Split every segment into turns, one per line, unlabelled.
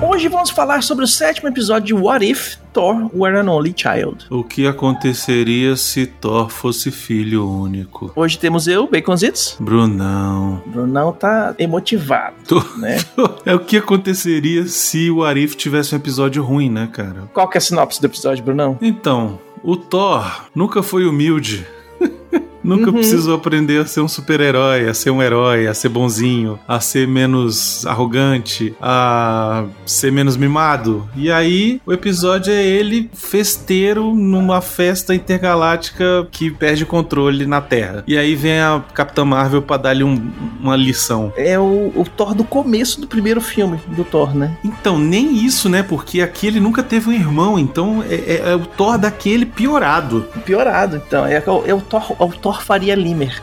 Hoje vamos falar sobre o sétimo episódio de What If Thor Were an Only Child.
O que aconteceria se Thor fosse filho único?
Hoje temos eu, Baconzitos.
Brunão.
O Brunão tá emotivado,
Tô.
né?
É o que aconteceria se o Arif tivesse um episódio ruim, né, cara?
Qual que é a sinopse do episódio, Brunão?
Então, o Thor nunca foi humilde. Nunca
Uhum.
precisou aprender a ser um super-herói, a ser um herói, a ser bonzinho, a ser menos arrogante, a ser menos mimado. E aí, o episódio é ele festeiro numa festa intergaláctica que perde o controle na Terra. E aí vem a Capitã Marvel pra dar-lhe um- uma lição.
É o, o Thor do começo do primeiro filme do Thor, né?
Então, nem isso, né? Porque aqui ele nunca teve um irmão, então é, é- é o Thor daquele piorado.
Piorado, então. É, o- é o, Thor, é o Thor Faria Limer.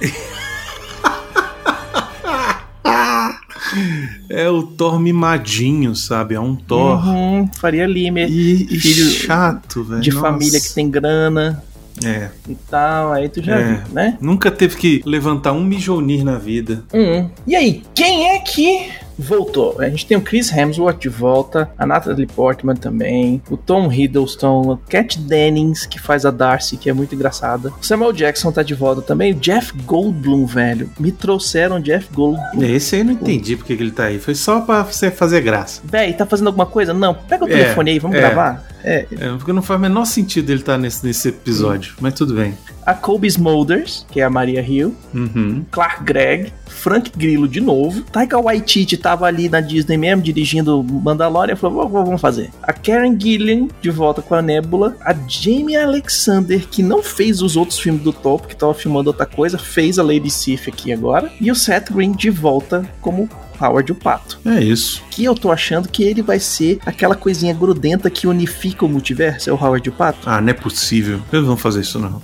É o Thor mimadinho, sabe? É um Thor.
Uhum, Faria Limer.
E, e
Filho
chato, velho.
De
nossa.
família que tem grana
É.
e tal. Aí tu já
É.
viu, né?
Nunca teve que levantar um mijonir na vida.
Hum. E aí, quem é que voltou? A gente tem o Chris Hemsworth de volta, a Natalie Portman também, o Tom Hiddleston, a Kat Dennings, que faz a Darcy, que é muito engraçada. O Samuel Jackson tá de volta também, o Jeff Goldblum, velho. Me trouxeram o Jeff Goldblum.
Esse aí eu não entendi porque que ele tá aí. Foi só pra você fazer graça.
Véi, tá fazendo alguma coisa? Não, pega o
É,
telefone aí, vamos
é.
gravar. É,
É, porque não faz o menor sentido ele estar nesse, nesse episódio. Mas tudo bem.
a Kobe Smulders, que é a Maria Hill,
Uhum.
Clark Gregg, Frank Grillo de novo. Taika Waititi tava ali na Disney mesmo, dirigindo Mandalorian, falou, "Vamos- vamos fazer. A Karen Gillian, de volta com a Nebula. A Jamie Alexander, que não fez os outros filmes do Thor, porque tava filmando outra coisa, fez a Lady Sif aqui agora. E o Seth Green de volta como Howard o Pato.
É isso.
Que eu tô achando que ele vai ser aquela coisinha grudenta que unifica o multiverso, é o Howard o Pato.
Ah, não é possível. Eles não vão fazer isso, não.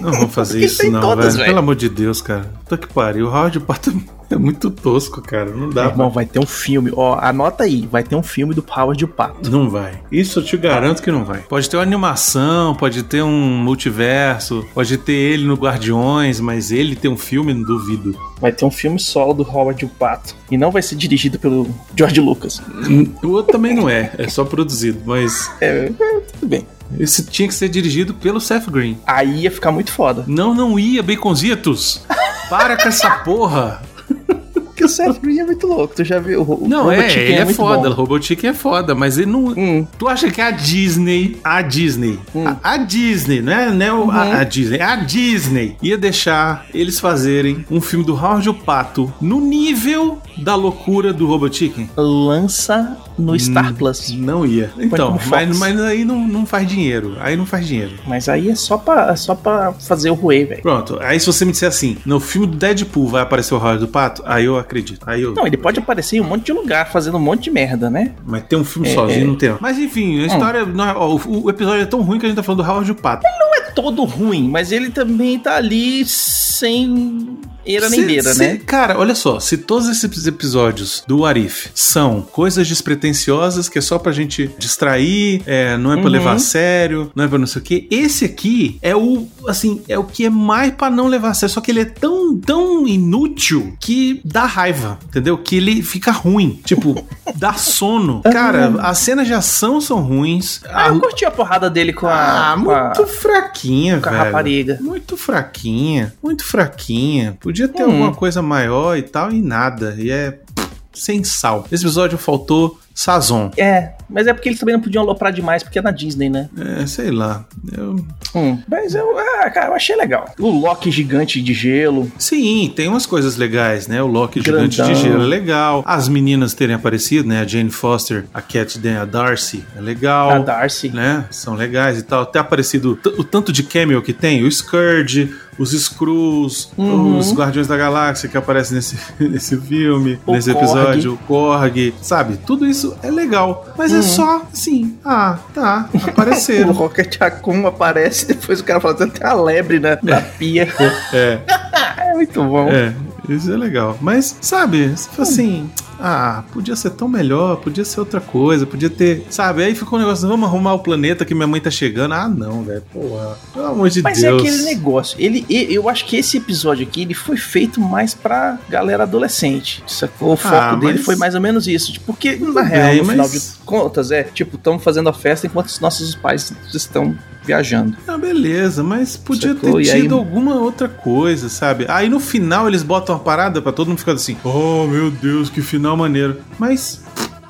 Não vão fazer
Porque
isso,
tem
não,
todas,
velho.
velho.
Pelo amor de Deus, cara. Puta que pariu. O Howard Pato é muito tosco, cara. Não dá.
Meu irmão, vai ter um filme, ó, anota aí, vai ter um filme do Howard o Pato.
Não vai. Isso eu te garanto que não vai. Pode ter uma animação, pode ter um multiverso, pode ter ele no Guardiões, mas ele ter um filme, não duvido.
Vai ter um filme solo do Howard o Pato. E não vai ser dirigido pelo George Lucas.
O outro também não é, é só produzido, mas
É, é, tudo bem.
esse tinha que ser dirigido pelo Seth Green.
Aí ia ficar muito foda.
Não, não ia, Baconzitos! Para com essa porra!
Porque o Seth Green é muito louco, tu já viu? O
Não, é,
Robotnik
ele é,
muito
foda, o
bom.
Robotic é foda, mas ele não.
Hum,
Tu acha que é a Disney, a Disney,
Hum.
a, a Disney, né? né o-
Uhum.
a, a Disney, a Disney ia deixar eles fazerem um filme do Howard o Pato no nível da loucura do Robotiken?
lança
Hum.
no Star Plus.
Não ia. Então,
como
mas,
Fox.
mas aí não, não faz dinheiro. Aí não faz dinheiro.
Mas aí é só pra, é só pra fazer o ruê, velho.
Pronto, aí se você me disser assim, no filme do Deadpool vai aparecer o Howard o Pato, aí eu acredito. Aí eu...
Não, ele pode aparecer em um monte de lugar, fazendo um monte de merda, né?
Mas ter um filme
É,
sozinho
é.
não tem. Mas enfim, a história. não é- ó, o, o episódio é tão ruim que a gente tá falando do Howard o Pato.
Não é todo ruim, mas ele também tá ali sem eira nem
Cê-
beira,
cê-
né?
Cara, olha só, se todos esses episódios do Arif são coisas despretensiosas que é só pra gente distrair, é, não é pra
Uhum.
levar a sério, não é pra não sei o quê, esse aqui é o, assim, é o que é mais pra não levar a sério, só que ele é tão, tão inútil que dá raiva, entendeu? Que ele fica ruim, tipo, dá sono. Cara, as cenas de ação são ruins.
Uhum. Ah,
a-
eu curti a porrada dele com a.
ah,
com a-
muito fraquinha,
com a
velho.
rapariga.
Muito fraquinha, muito fraquinha. Podia ter
Hum.
alguma coisa maior e tal, e nada. E é pff, sem sal. Esse episódio faltou sazon.
É, mas é porque eles também não podiam aloprar demais, porque é na Disney, né?
É, sei lá. Eu-
Mas eu, ah, cara, eu achei legal. O Loki gigante de gelo.
Sim, tem umas coisas legais, né? O Loki gigante de
Grandão.
gelo é legal. As meninas terem aparecido, né? A Jane Foster, a Cat Dan, a Darcy é legal.
A Darcy.
né? São legais e tal. Até aparecido t- o tanto de cameo que tem, o Scourge, os Skrulls,
Uhum.
os Guardiões da Galáxia que aparecem nesse, nesse filme,
O
nesse
Korg.
episódio, o Korg, sabe? Tudo isso é legal, mas é
Uhum.
só assim, ah, tá,
O
apareceram.
Rocket Raccoon aparece depois o cara fala, tem uma lebre na, na pia.
é,
é muito bom. Uhum.
é, isso é legal. Mas, sabe, se for assim, ah, podia ser tão melhor, podia ser outra coisa, podia ter. Sabe? Aí ficou um negócio, vamos arrumar o planeta que minha mãe tá chegando. Ah, não, velho. Porra, pelo amor de
Mas
Deus.
é aquele negócio. Ele, e- eu acho que esse episódio aqui ele foi feito mais pra galera adolescente. Sacou? O foco
Ah,
dele
mas-
foi mais ou menos isso. Tipo, porque, na
Tudo
real,
bem,
no
mas-
final de contas, é tipo, estamos fazendo a festa enquanto os nossos pais estão viajando.
Ah, beleza, mas podia
Sacou?
ter
E aí-
tido alguma outra coisa, sabe? Aí no final eles botam uma parada pra todo mundo ficar assim: Oh meu Deus, que final maneiro. Mas,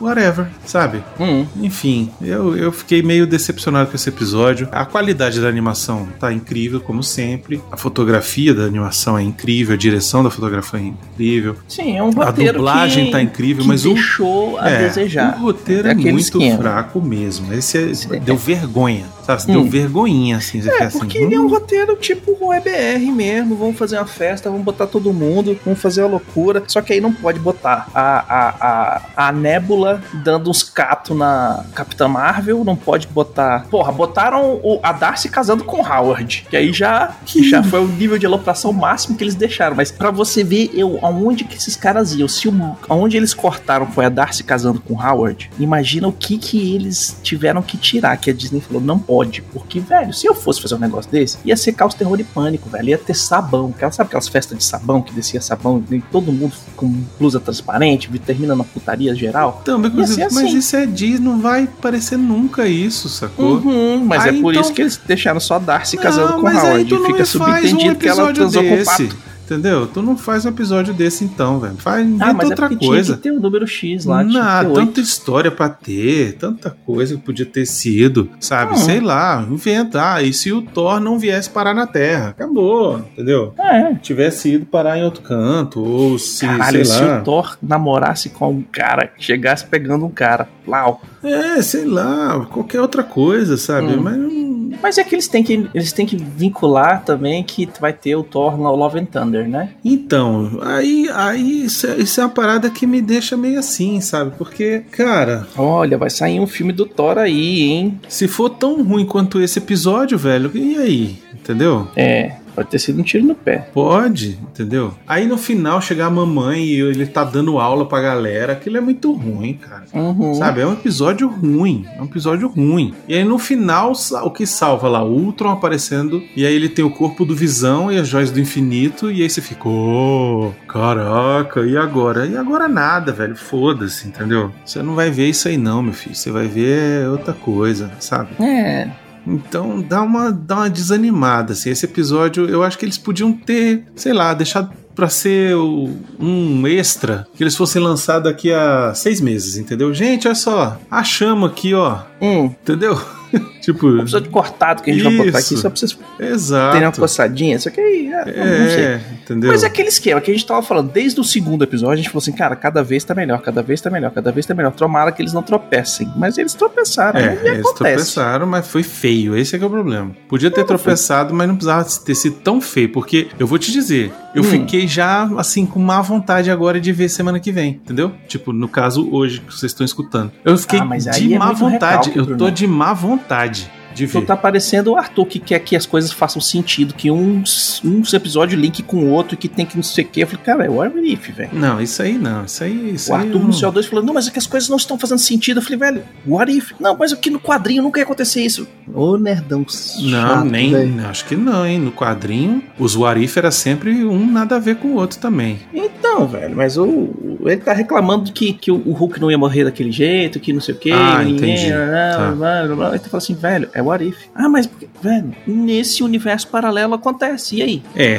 whatever, sabe?
Hum.
Enfim, eu, eu fiquei meio decepcionado com esse episódio. A qualidade da animação tá incrível, como sempre. A fotografia da animação é incrível, a direção da fotografia é incrível.
Sim, é um
A
roteiro.
dublagem
que,
tá incrível,
que
mas o
deixou a
é,
desejar.
O roteiro
É
é,
aquele
muito
esquema.
fraco mesmo. Esse é-
Sim.
deu vergonha, sabe?
Hum.
Deu vergonhinha, assim. Você
É,
fica assim,
porque ele é um
"Hum".
roteiro tipo o EBR mesmo. Vamos fazer uma festa, vamos botar todo mundo, vamos fazer uma loucura. Só que aí não pode botar a, a, a, a Nébula dando uns catos na Capitã Marvel. Não pode botar. Porra, botaram o, a Darcy casando com o Howard. Que aí já, já foi o nível de alopração máximo que eles deixaram. Mas pra você ver eu, aonde que esses caras iam. Se o, aonde eles cortaram foi a Darcy casando com o Howard, imagina o que que eles tiveram que tirar. Que a Disney falou, não pode. Porque, velho, se eu fosse fazer um negócio desse, ia ser caos, terror e pânico, velho. Ia ter sabão. Aquela, sabe aquelas festas de sabão que descia sabão e todo mundo com blusa transparente, termina na putaria geral?
Também,
Ia ser
mas
assim.
isso é Disney, não vai parecer nunca isso, sacou?
Uhum, mas
Aí,
é por
então-
isso que eles deixaram só a Darcy
Não,
casando com o
mas aí
Howard.
tu
E
não
fica
faz um
subentendido que ela
episódio
transou com o
desse.
pato.
Entendeu? Tu não faz um episódio desse então, velho. Faz
Ah,
inventa
mas é
outra
porque tinha
coisa.
que ter o número X lá. tinha que ter
Não,
oito.
tanta história pra ter, tanta coisa que podia ter sido, sabe?
Hum.
Sei lá, inventa. Ah, e se o Thor não viesse parar na Terra? Acabou, entendeu?
É.
Tivesse ido parar em outro canto, ou se,
Caralho,
sei
se
lá.
o Thor namorasse com um cara, chegasse pegando um cara, plau.
É, sei lá, qualquer outra coisa, sabe?
Hum.
Mas hum,
Mas é que eles têm que eles têm que vincular também que vai ter o Thor no Love and Thunder, né?
Então, aí, aí isso, é, isso é uma parada que me deixa meio assim, sabe? Porque, cara,
Olha, vai sair um filme do Thor aí, hein?
se for tão ruim quanto esse episódio, velho, e aí? Entendeu?
É, pode ter sido um tiro no pé.
Pode, entendeu? Aí no final chegar a mamãe e ele tá dando aula pra galera, aquilo é muito ruim, cara.
Uhum.
Sabe, é um episódio ruim, é um episódio ruim. E aí no final, sa- o que salva lá? O Ultron aparecendo, e aí ele tem o corpo do Visão e as joias do infinito, e aí você fica, oh, caraca, e agora? E agora nada, velho, foda-se, entendeu? Você não vai ver isso aí não, meu filho, você vai ver outra coisa, sabe?
É,
Então dá uma, dá uma desanimada, assim. Esse episódio, eu acho que eles podiam ter, sei lá, deixado pra ser o- um extra que eles fossem lançar daqui a seis meses, entendeu? Gente, olha só, achamos aqui, ó,
um
entendeu? tipo,
episódio cortado que a gente vai botar aqui
Isso.
só pra vocês terem uma
exato.
coçadinha. Só que aí, é, não sei.
É, entendeu?
Mas é aquele esquema que a gente tava falando desde o segundo episódio, a gente falou assim, cara, cada vez tá melhor, cada vez tá melhor, cada vez tá melhor. Tomara que eles não tropecem. Mas eles tropeçaram, né?
É,
E
eles
acontece.
tropeçaram, mas foi feio. Esse é que é o problema. Podia ter tropeçado, mas não precisava ter sido tão feio. Porque, eu vou te dizer, eu
Hum.
fiquei já, assim, com má vontade agora de ver semana que vem, entendeu? Tipo, no caso, hoje, que vocês estão escutando. Eu fiquei
Ah, mas aí
de
é
má
muito
vontade.
recalque,
eu tô
Bruno.
de má vontade de
Tu
ver.
tá parecendo o Arthur que quer que as coisas façam sentido, que uns, uns episódios link com o outro, que tem que não sei o quê. Eu falei, cara, é o Arif, velho.
Não, isso aí não. Isso aí. Isso
O
aí
Arthur
não-
no CO2 falando, não, mas é que as coisas não estão fazendo sentido. Eu falei, velho, what if? Não, mas aqui no quadrinho nunca ia acontecer isso. Ô, nerdão chato,
Não, nem.
velho.
Acho que não, hein? No quadrinho, os Warif era sempre um nada a ver com o outro também.
Então, velho, mas o, o- ele tá reclamando que, que o o Hulk não ia morrer daquele jeito, que não sei o quê.
Ah,
ninguém-
entendi.
blá,
Tá.
blá, blá, blá. Aí tu fala assim, velho, é o Arif. Ah, mas, porque- velho, nesse universo paralelo acontece, e aí?
É,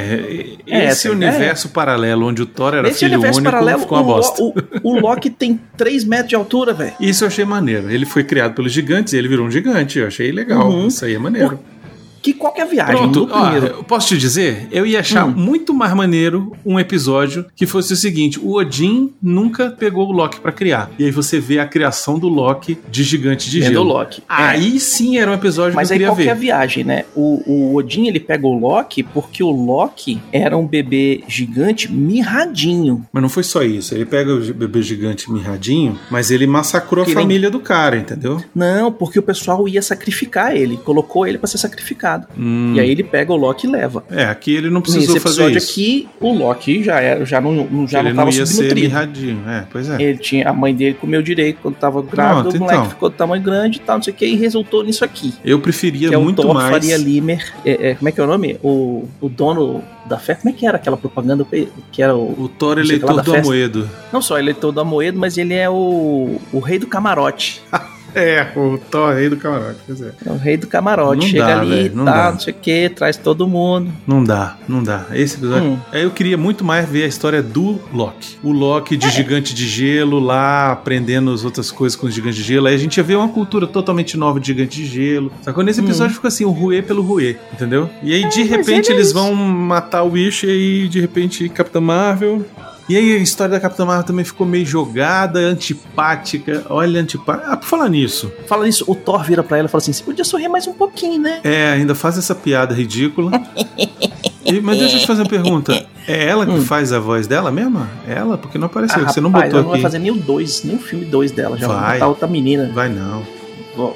É,
esse
essa
universo paralelo onde o Thor era
Nesse
filho
universo
único
paralelo,
ficou uma
o, Lo-
bosta.
o- o Loki tem 3 metros de altura, velho.
Isso eu achei maneiro. Ele foi criado pelos gigantes e ele virou um gigante. Eu achei legal.
Uhum.
Isso aí é maneiro.
Que qualquer viagem,
Pronto,
no
ó,
primeiro.
eu posso te dizer? Eu ia achar
Hum.
muito mais maneiro um episódio que fosse o seguinte: o Odin nunca pegou o Loki pra criar. E aí você vê a criação do Loki de gigante de
Vendo o
gelo.
Loki. É.
Aí sim era um episódio
Mas
que eu
aí
queria
qual que é a
ver.
viagem, né? O, o Odin ele pega o Loki porque o Loki era um bebê gigante mirradinho.
Mas não foi só isso. Ele pega o bebê gigante mirradinho, mas ele massacrou
Que
a
nem-
família do cara, entendeu?
Não, porque o pessoal ia sacrificar ele, colocou ele pra ser dominado. E aí ele pega o Loki e leva.
É, aqui ele não precisou
Nesse
Hum. fazer
episódio
isso.
aqui, o Loki já, era, já não, não- já
ele
não tava
ia ser
subnutrido.
mirradinho. É, pois é.
Ele tinha, a mãe dele comeu direito quando tava grávida,
Pronto,
o moleque
então.
ficou do tamanho grande e tal, não sei o que, e resultou nisso aqui.
Eu
Que
preferia
é o
muito
Thor
mais.
Faria Limer. é, é, como é que é o nome? O, o dono da fé. Como é que era aquela propaganda que era o.
O Thor
Não sei lá
eleitor
da
do
festa.
Amoedo.
Não só eleitor do Amoedo, mas ele é o, o rei do camarote.
É, o Thor rei do camarote, pois é.
É o rei do camarote.
Não
Chega
dá,
ali,
velho,
tá,
não
não,
dá.
sei o que, traz todo mundo.
Não dá, não dá. Esse episódio.
Hum.
É, Eu queria muito mais ver a história do Loki. O Loki de gigante de gelo lá, aprendendo as outras coisas com os gigantes de gelo. Aí a gente ia ver uma cultura totalmente nova de gigante de gelo. Só que nesse episódio fica assim, o ruê pelo ruê, entendeu? E aí de repente eles vão matar o Wish e de repente Capitã Marvel. E aí a história da Capitã Marvel também ficou meio jogada, antipática. Olha, antipática. Ah, por falar nisso.
Fala isso, o Thor vira pra ela e fala assim: você podia sorrir mais um pouquinho, né?
É, ainda faz essa piada ridícula. E- mas deixa eu te fazer uma pergunta. É ela que
Hum.
faz a voz dela mesma? É Ela? Porque
Ah,
não apareceu, você não
rapaz,
botou
ela não vai
aqui.
fazer nem o dois, nem o filme dois dela. Já
Vai.
vai botar outra menina.
Vai não.
Ó,
O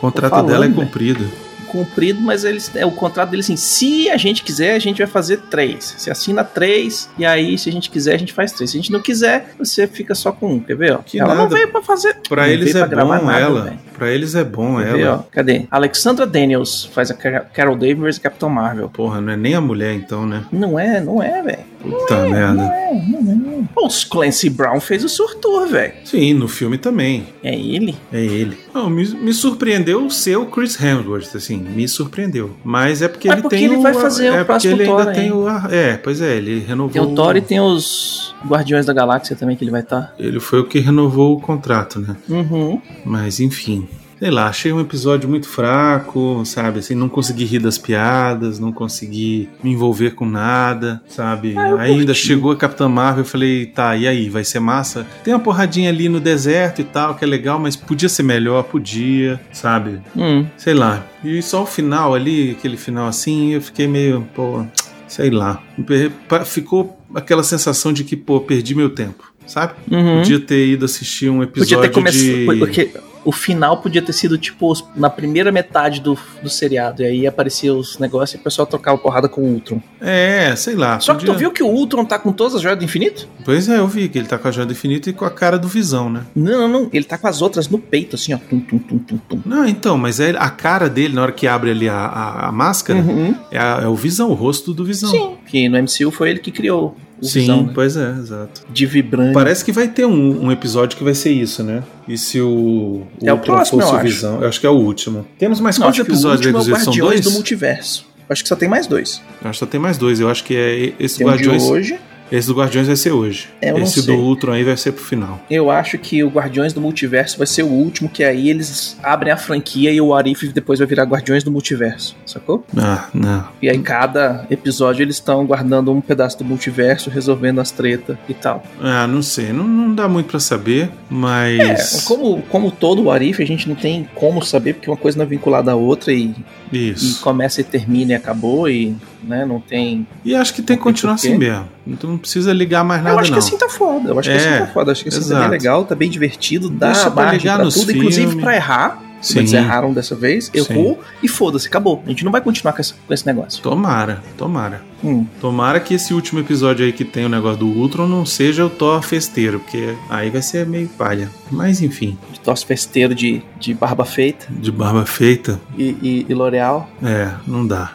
contrato
falando, né?
dela é
velho.
cumprido.
Cumprido, mas eles, é, o contrato dele assim: se a gente quiser, a gente vai fazer três. Você assina três, e aí, se a gente quiser, a gente faz três. Se a gente não quiser, você fica só com um. Quer ver? Ó?
Que
ela não
nada.
veio pra fazer.
Pra
Não
eles
veio
é
pra gravar
bom
nada,
ela.
velho.
Pra eles é bom
Quer ver, ó?
ela.
Cadê? Alexandra Daniels faz a Car- Carol Danvers e Capitão Marvel.
Porra, não é nem a mulher então, né?
Não é, não é, velho.
Puta merda.
É, não é. Pô, Os Clancy Brown fez o surtur, velho.
Sim, no filme também.
É ele?
É ele. Não, me, me surpreendeu ser o Chris Hemsworth, assim. Me surpreendeu. Mas é porque
Mas
ele
porque
tem
ele
o.
vai fazer
é
o
porque
próximo
ele ainda
Thor,
tem
hein?
o. ar- É, pois é, ele renovou.
Tem o Thor e tem os Guardiões da Galáxia também que ele vai estar.
Ele foi o que renovou o contrato, né?
Uhum.
Mas enfim. Sei lá, achei um episódio muito fraco, sabe? Assim, não consegui rir das piadas, não consegui me envolver com nada, sabe?
Ah, eu
Ainda
curti.
chegou a Capitã Marvel, eu falei, tá, e aí, vai ser massa? Tem uma porradinha ali no deserto e tal, que é legal, mas podia ser melhor, podia, sabe?
Hum.
Sei lá. E só o final ali, aquele final assim, eu fiquei meio, pô, sei lá. Per- pa- Ficou aquela sensação de que, pô, perdi meu tempo, sabe?
Uhum.
Podia ter ido assistir um episódio
Podia ter começado.
de...
Porque o final podia ter sido, tipo, os- na primeira metade do, do seriado. E aí aparecia os negócios e o pessoal trocava porrada com o Ultron.
É, sei lá.
Só que
podia-
tu viu que o Ultron tá com todas as joias do infinito?
Pois é, eu vi que ele tá com a joia do infinito e com a cara do Visão, né?
Não, não, não. Ele tá com as outras no peito, assim, ó. Tum, tum, tum, tum, tum.
Não, então, mas é a cara dele, na hora que abre ali a, a- a máscara,
Uhum.
é, a- é o Visão, o rosto do Visão.
Sim. Que no MCU foi ele que criou o
Sim,
Visão, né?
pois é, exato.
de vibrante.
Parece que vai ter um, um episódio que vai ser isso, né? E se o.
É o
Ultron
próximo,
fosse
eu
o
acho.
Visão? Eu acho que é o último. Temos mais
Não,
quantos
acho que o
episódios,
último é o
Legozinho? São
Guardiões
dois?
do Multiverso. Acho que só tem mais dois.
Eu acho que só tem mais dois. Eu acho que é esse
Tem um de
Guardiões.
hoje.
Esse do Guardiões vai ser hoje.
É, eu não
esse
sei.
do Ultron aí vai ser pro final.
Eu acho que o Guardiões do Multiverso vai ser o último, que aí eles abrem a franquia e o Arif depois vai virar Guardiões do Multiverso, sacou?
Ah, não.
E aí cada episódio eles estão guardando um pedaço do multiverso, resolvendo as tretas e tal.
Ah, não sei, não, não dá muito pra saber, mas.
É, Como, como todo o Arif, a gente não tem como saber, porque uma coisa não é vinculada à outra e, e
Isso.
começa e termina e acabou e né, não tem.
E acho que tem que
Não tem
continuar
porquê.
assim mesmo. Então não precisa ligar mais nada,
eu acho
não.
que assim tá foda, eu acho
É,
que assim tá foda, acho que assim tá
exato.
bem legal, tá bem divertido, dá
Deixa pra
margem
ligar
pra
nos
tudo, inclusive
filmes.
pra errar. Eles
Sim.
erraram dessa vez,
Sim.
errou e foda-se, acabou. A gente não vai continuar com esse, com esse negócio.
Tomara, tomara.
Hum.
Tomara que esse último episódio aí que tem o negócio do Ultron não seja o Thor festeiro, porque aí vai ser meio palha. Mas enfim,
De tosse festeiro de, de barba feita
de barba feita,
e, e, e L'Oreal.
é, não dá.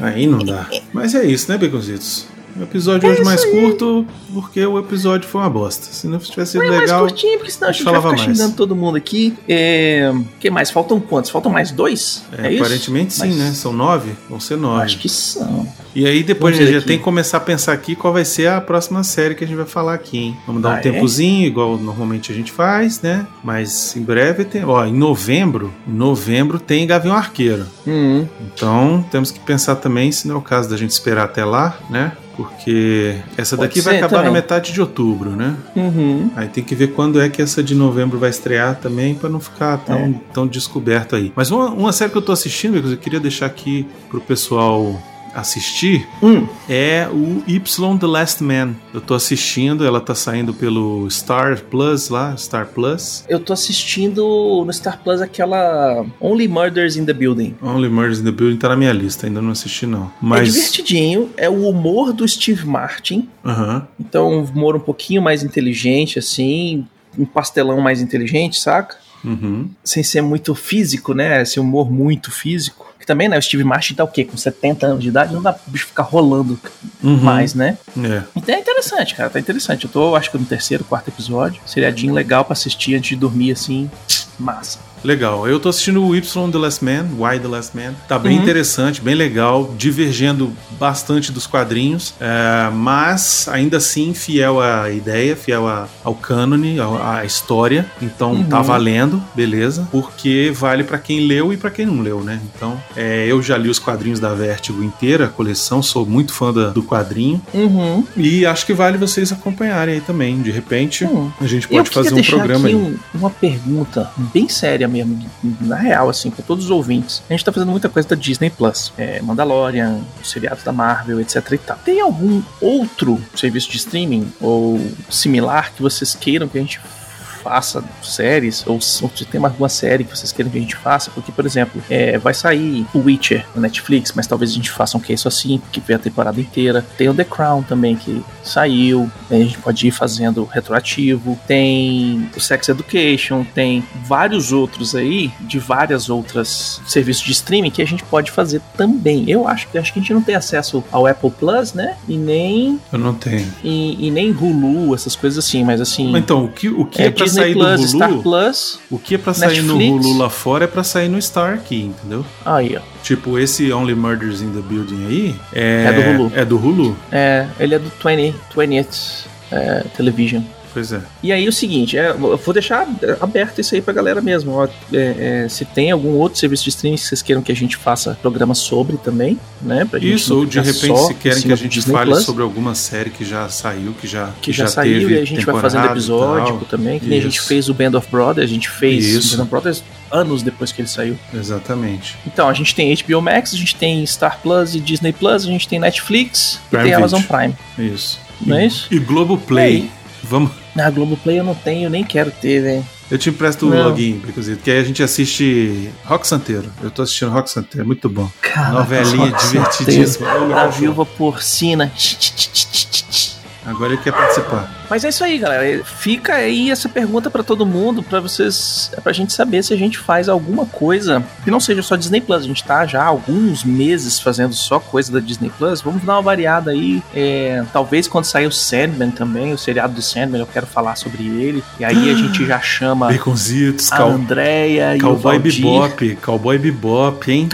aí não dá. Mas é isso, né, Beconzitos?
É
O episódio hoje mais curto, porque o episódio foi uma bosta. Se não tivesse sido
Mais
legal.
curtinho, porque senão a gente vai
Falava
ficar
mais.
xingando todo mundo aqui. É... que mais? Faltam quantos? Faltam mais dois?
É,
É, isso?
aparentemente sim,
Mas-
né? São nove? Vão ser
Eu
nove.
Acho que são.
E aí depois a
Vamos ver
gente já
aqui.
tem que começar a pensar aqui qual vai ser a próxima série que a gente vai falar aqui, hein? Vamos dar um
Ah, é?
tempozinho, igual normalmente a gente faz, né? Mas em breve tem. Ó, em novembro, em novembro tem Gavião Arqueiro.
Hum,
Então temos que pensar também se não é o caso da gente esperar até lá, né? Porque essa
Pode
daqui vai
ser
acabar na
também.
metade de outubro, né?
uhum.
Aí tem que ver quando é que essa de novembro vai estrear também, pra não ficar tão,
É.
tão descoberto aí. Mas uma, uma série que eu tô assistindo, que eu queria deixar aqui pro pessoal assistir
Hum.
é o Y The Last Man. Eu tô assistindo, ela tá saindo pelo Star Plus lá, Star Plus.
Eu tô assistindo no Star Plus aquela Only Murders in the Building.
Only Murders in the Building tá na minha lista, ainda não assisti não.
É
Mas
divertidinho, é o humor do Steve Martin,
aham,
então um humor um pouquinho mais inteligente, assim, um pastelão mais inteligente, saca?
uhum.
Sem ser muito físico, né? Esse humor muito físico. Que também, né? O Steve Martin tá o quê? Com 70 anos de idade, não dá pro bicho ficar rolando
Uhum.
mais, né?
É.
Então é interessante, cara, tá interessante. Eu tô, acho que no terceiro, quarto episódio. Seriadinho legal pra assistir antes de dormir, assim, massa.
Legal. Eu tô assistindo o Y The Last Man, Why The Last Man. Tá bem
Uhum.
interessante, bem legal, divergendo bastante dos quadrinhos, é, mas ainda assim fiel à ideia, fiel a- ao cânone, ao- à história. Então
Uhum.
tá valendo, beleza? Porque vale pra quem leu e pra quem não leu, né? Então, é, eu já li os quadrinhos da Vertigo inteira, a coleção, sou muito fã da- do quadrinho
Uhum.
e acho que vale vocês acompanharem aí também. De repente,
Hum.
a gente
Eu
pode
queria
fazer um
deixar
programa
aqui
aí.
um- uma pergunta bem séria mesmo, na real, assim, pra todos os ouvintes. A gente tá fazendo muita coisa da Disney Plus, é, Mandalorian, os seriados da Marvel, etc e tal. Tem algum outro serviço de streaming ou similar que vocês queiram que a gente faça séries ou, se- ou se tem mais alguma série que vocês queiram que a gente faça porque por exemplo é, vai sair o Witcher na Netflix mas talvez a gente faça um que isso assim que vê a temporada inteira tem o The Crown também que saiu né, a gente pode ir fazendo retroativo tem o Sex Education tem vários outros aí de várias outras serviços de streaming que a gente pode fazer também eu acho que acho que a gente não tem acesso ao Apple Plus né e nem
Eu não tenho.
e, e nem Hulu essas coisas assim mas assim
Mas então, o que, o que é,
é,
pra
Disney
sair
Plus,
do Hulu?
Star Plus.
O que é pra sair no
Netflix?
Hulu lá fora é pra sair no Star aqui, entendeu?
Aí, ó.
Tipo, esse Only Murders in the Building aí é,
É do Hulu.
É do Hulu?
É, ele é do 20, 20th é, Television.
Pois é.
E aí o seguinte, é, eu vou deixar aberto isso aí pra galera mesmo. ó. É, é, se tem algum outro serviço de streaming que vocês queiram que a gente faça programa sobre também, né? Pra gente
Isso,
não
ou de
ficar
repente,
só
se
em
querem que
cima
a
do
gente
Disney
fale
Plus,
sobre alguma série que já saiu, que já
Que já, saiu
teve
e a gente vai fazendo
temporada e
episódio
tal.
tipo, também. Que nem a gente
Isso.
fez o Band of Brothers, a gente fez
Isso.
o Band of Brothers anos depois que ele saiu.
Exatamente.
Então, a gente tem HBO Max, a gente tem Star Plus e Disney Plus, a gente tem Netflix
Prime
e tem Amazon
Video.
Prime.
Isso.
Não
e,
é isso?
E Globoplay.
Aí.
Vamos.
Na Globoplay eu não tenho, nem quero ter, né? velho.
Eu te empresto o
Não.
login, inclusive, que aí a gente assiste Rock Santeiro. Eu tô assistindo Rock Santeiro, é muito bom.
Cara,
Novelinha
nossa,
divertidíssima.
Deus. Da
Ô, meu Deus.
viúva porcina.
Agora ele quer participar.
Mas é isso aí, galera. Fica aí essa pergunta pra todo mundo, pra vocês, pra gente saber se a gente faz alguma coisa que não seja só Disney Plus. A gente tá já há alguns meses fazendo só coisa da Disney Plus. Vamos dar uma variada aí. É, talvez quando sair o Sandman também, o seriado do Sandman, eu quero falar sobre ele. E aí a gente já chama
Baconzitos,
a
cal...
Andrea Ah, e o
Cowboy
Valdir.
Bebop, Cowboy Bebop, hein?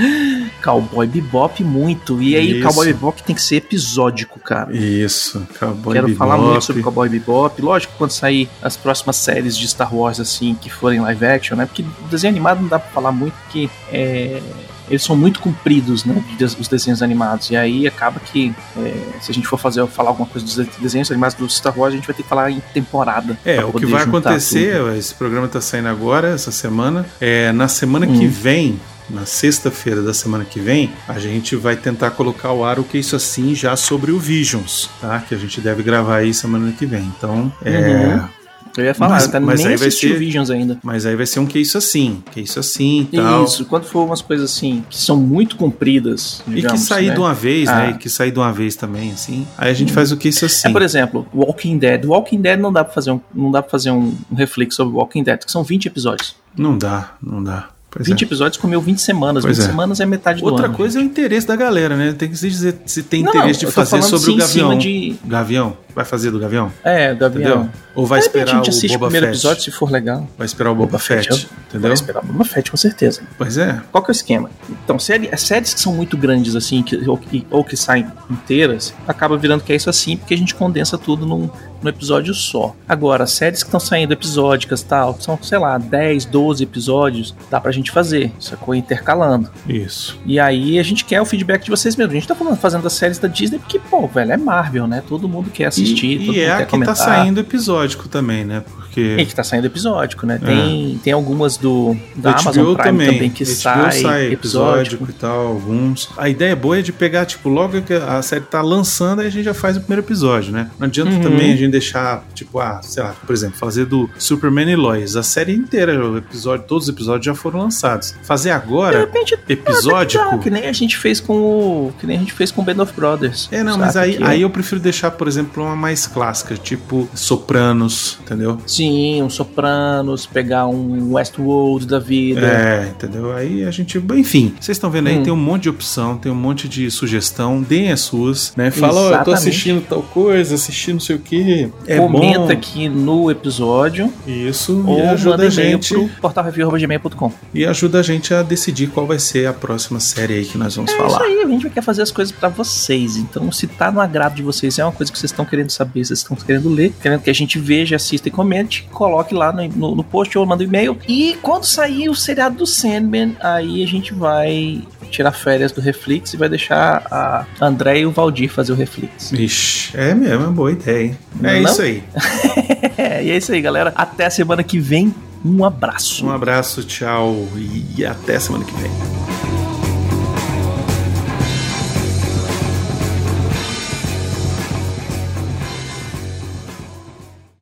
Cowboy Bebop muito. E aí,
Isso.
Cowboy Bebop tem que ser episódico, cara.
Isso, Cowboy
Quero
Bebop.
falar muito sobre Cowboy Bebop. Lógico, quando sair as próximas séries de Star Wars, assim, que forem live action, né? Porque desenho animado não dá pra falar muito, porque é, eles são muito compridos, né? de- Os desenhos animados. E aí acaba que, é, se a gente for fazer, falar alguma coisa dos de- desenhos animados do Star Wars, a gente vai ter que falar em temporada.
É,
pra
o que
poder
vai
juntar
acontecer,
tudo.
esse programa tá saindo agora, essa semana. É, na semana
Hum.
que vem, na sexta-feira da semana que vem, a gente vai tentar colocar ao ar o que isso assim já sobre o Visions, tá? Que a gente deve gravar aí semana que vem. Então, é,
Uhum. Eu ia falar,
Mas-
eu até
mas
nem
aí vai
assisti
ser-
o Visions ainda.
Mas aí vai ser um que isso assim, que isso assim e tal.
Isso, quando for umas coisas assim, que são muito compridas,
E que
digamos,
sair
né?
de uma vez, né?
Ah.
E que sair de uma vez também, assim. Aí a gente faz o que isso assim.
É, por exemplo, Walking Dead. Walking Dead não dá pra fazer um, não dá pra fazer um, um reflexo sobre Walking Dead, que são 20 episódios.
Não dá, não dá. Pois
20
é.
episódios comeu 20 semanas.
Pois
20
é.
semanas é metade do
Outra
ano.
coisa é o interesse da galera, né? Tem que se dizer se tem
Não,
interesse
não, eu
de
tô
fazer
falando,
sobre
sim,
o
em cima
Gavião.
de-
Gavião, vai fazer do Gavião,
É, do
entendeu?
avião.
Ou vai
De repente
esperar
a gente
o
assiste o
Boba
primeiro
Fett.
episódio, se for legal.
Vai esperar o Boba,
Boba
Fett,
Fett,
entendeu?
Vai esperar o Boba Fett, com certeza.
Pois é.
Qual que é o esquema? Então, série, as séries que são muito grandes, assim, que, ou, que, ou que saem inteiras, acaba virando que é isso assim, porque a gente condensa tudo num, num episódio só. Agora, as séries que estão saindo episódicas e tal, são, sei lá, 10, 12 episódios, dá pra gente fazer, sacou? Intercalando.
Isso.
E aí a gente quer o feedback de vocês mesmo. A gente tá falando, fazendo as séries da Disney porque, pô, velho, é Marvel, né? Todo mundo quer assistir,
e
todo
e é
mundo
a
quer
que tá
comentar.
saindo episódico também, né? Porque porque.
É que tá saindo episódico, né?
É.
Tem, tem algumas do da
HBO
Amazon Prime também, que
HBO
sai, episódico.
episódico e tal, alguns. A ideia boa é de pegar, tipo, logo que a série tá lançando, aí a gente já faz o primeiro episódio, né? Não adianta
Uhum.
também a gente deixar, tipo, ah, sei lá, por exemplo, fazer do Superman e Lois. A série inteira, o episódio, todos os episódios já foram lançados. Fazer
De
agora,
repente
episódico.
Tá, que nem a gente fez com o. Que nem a gente fez com o Band of Brothers.
É, não,
saca?
mas aí,
Que-
aí eu prefiro deixar, por exemplo, uma mais clássica, tipo Sopranos, entendeu?
Sim, um Sopranos, pegar um Westworld da vida.
É, entendeu? Aí a gente. Enfim, vocês estão vendo aí,
Hum.
tem um monte de opção, tem um monte de sugestão, deem as suas, né? Fala, ó, eu tô
Exatamente.
assistindo tal coisa, assistindo não sei o que. É
Comenta
bom.
aqui no episódio
Isso,
ou
e ajuda
manda
a
e-mail
gente.
pro portalreview.gmail.com.
E ajuda a gente a decidir qual vai ser a próxima série aí que nós vamos
É isso
falar.
aí, a gente quer fazer as coisas pra vocês. Então, se tá no agrado de vocês, é uma coisa que vocês estão querendo saber, vocês estão querendo ler, querendo que a gente veja, assista e comente, coloque lá no, no- no post ou manda um e-mail. E quando sair o seriado do Sandman, aí a gente vai tirar férias do Reflex e vai deixar a André e o Valdir fazer o Reflex.
Ixi, é mesmo, é uma boa ideia, hein?
Não
é
é
isso aí.
É, e é isso aí, galera. Até a semana que vem. Um abraço.
Um abraço, tchau e até semana que vem.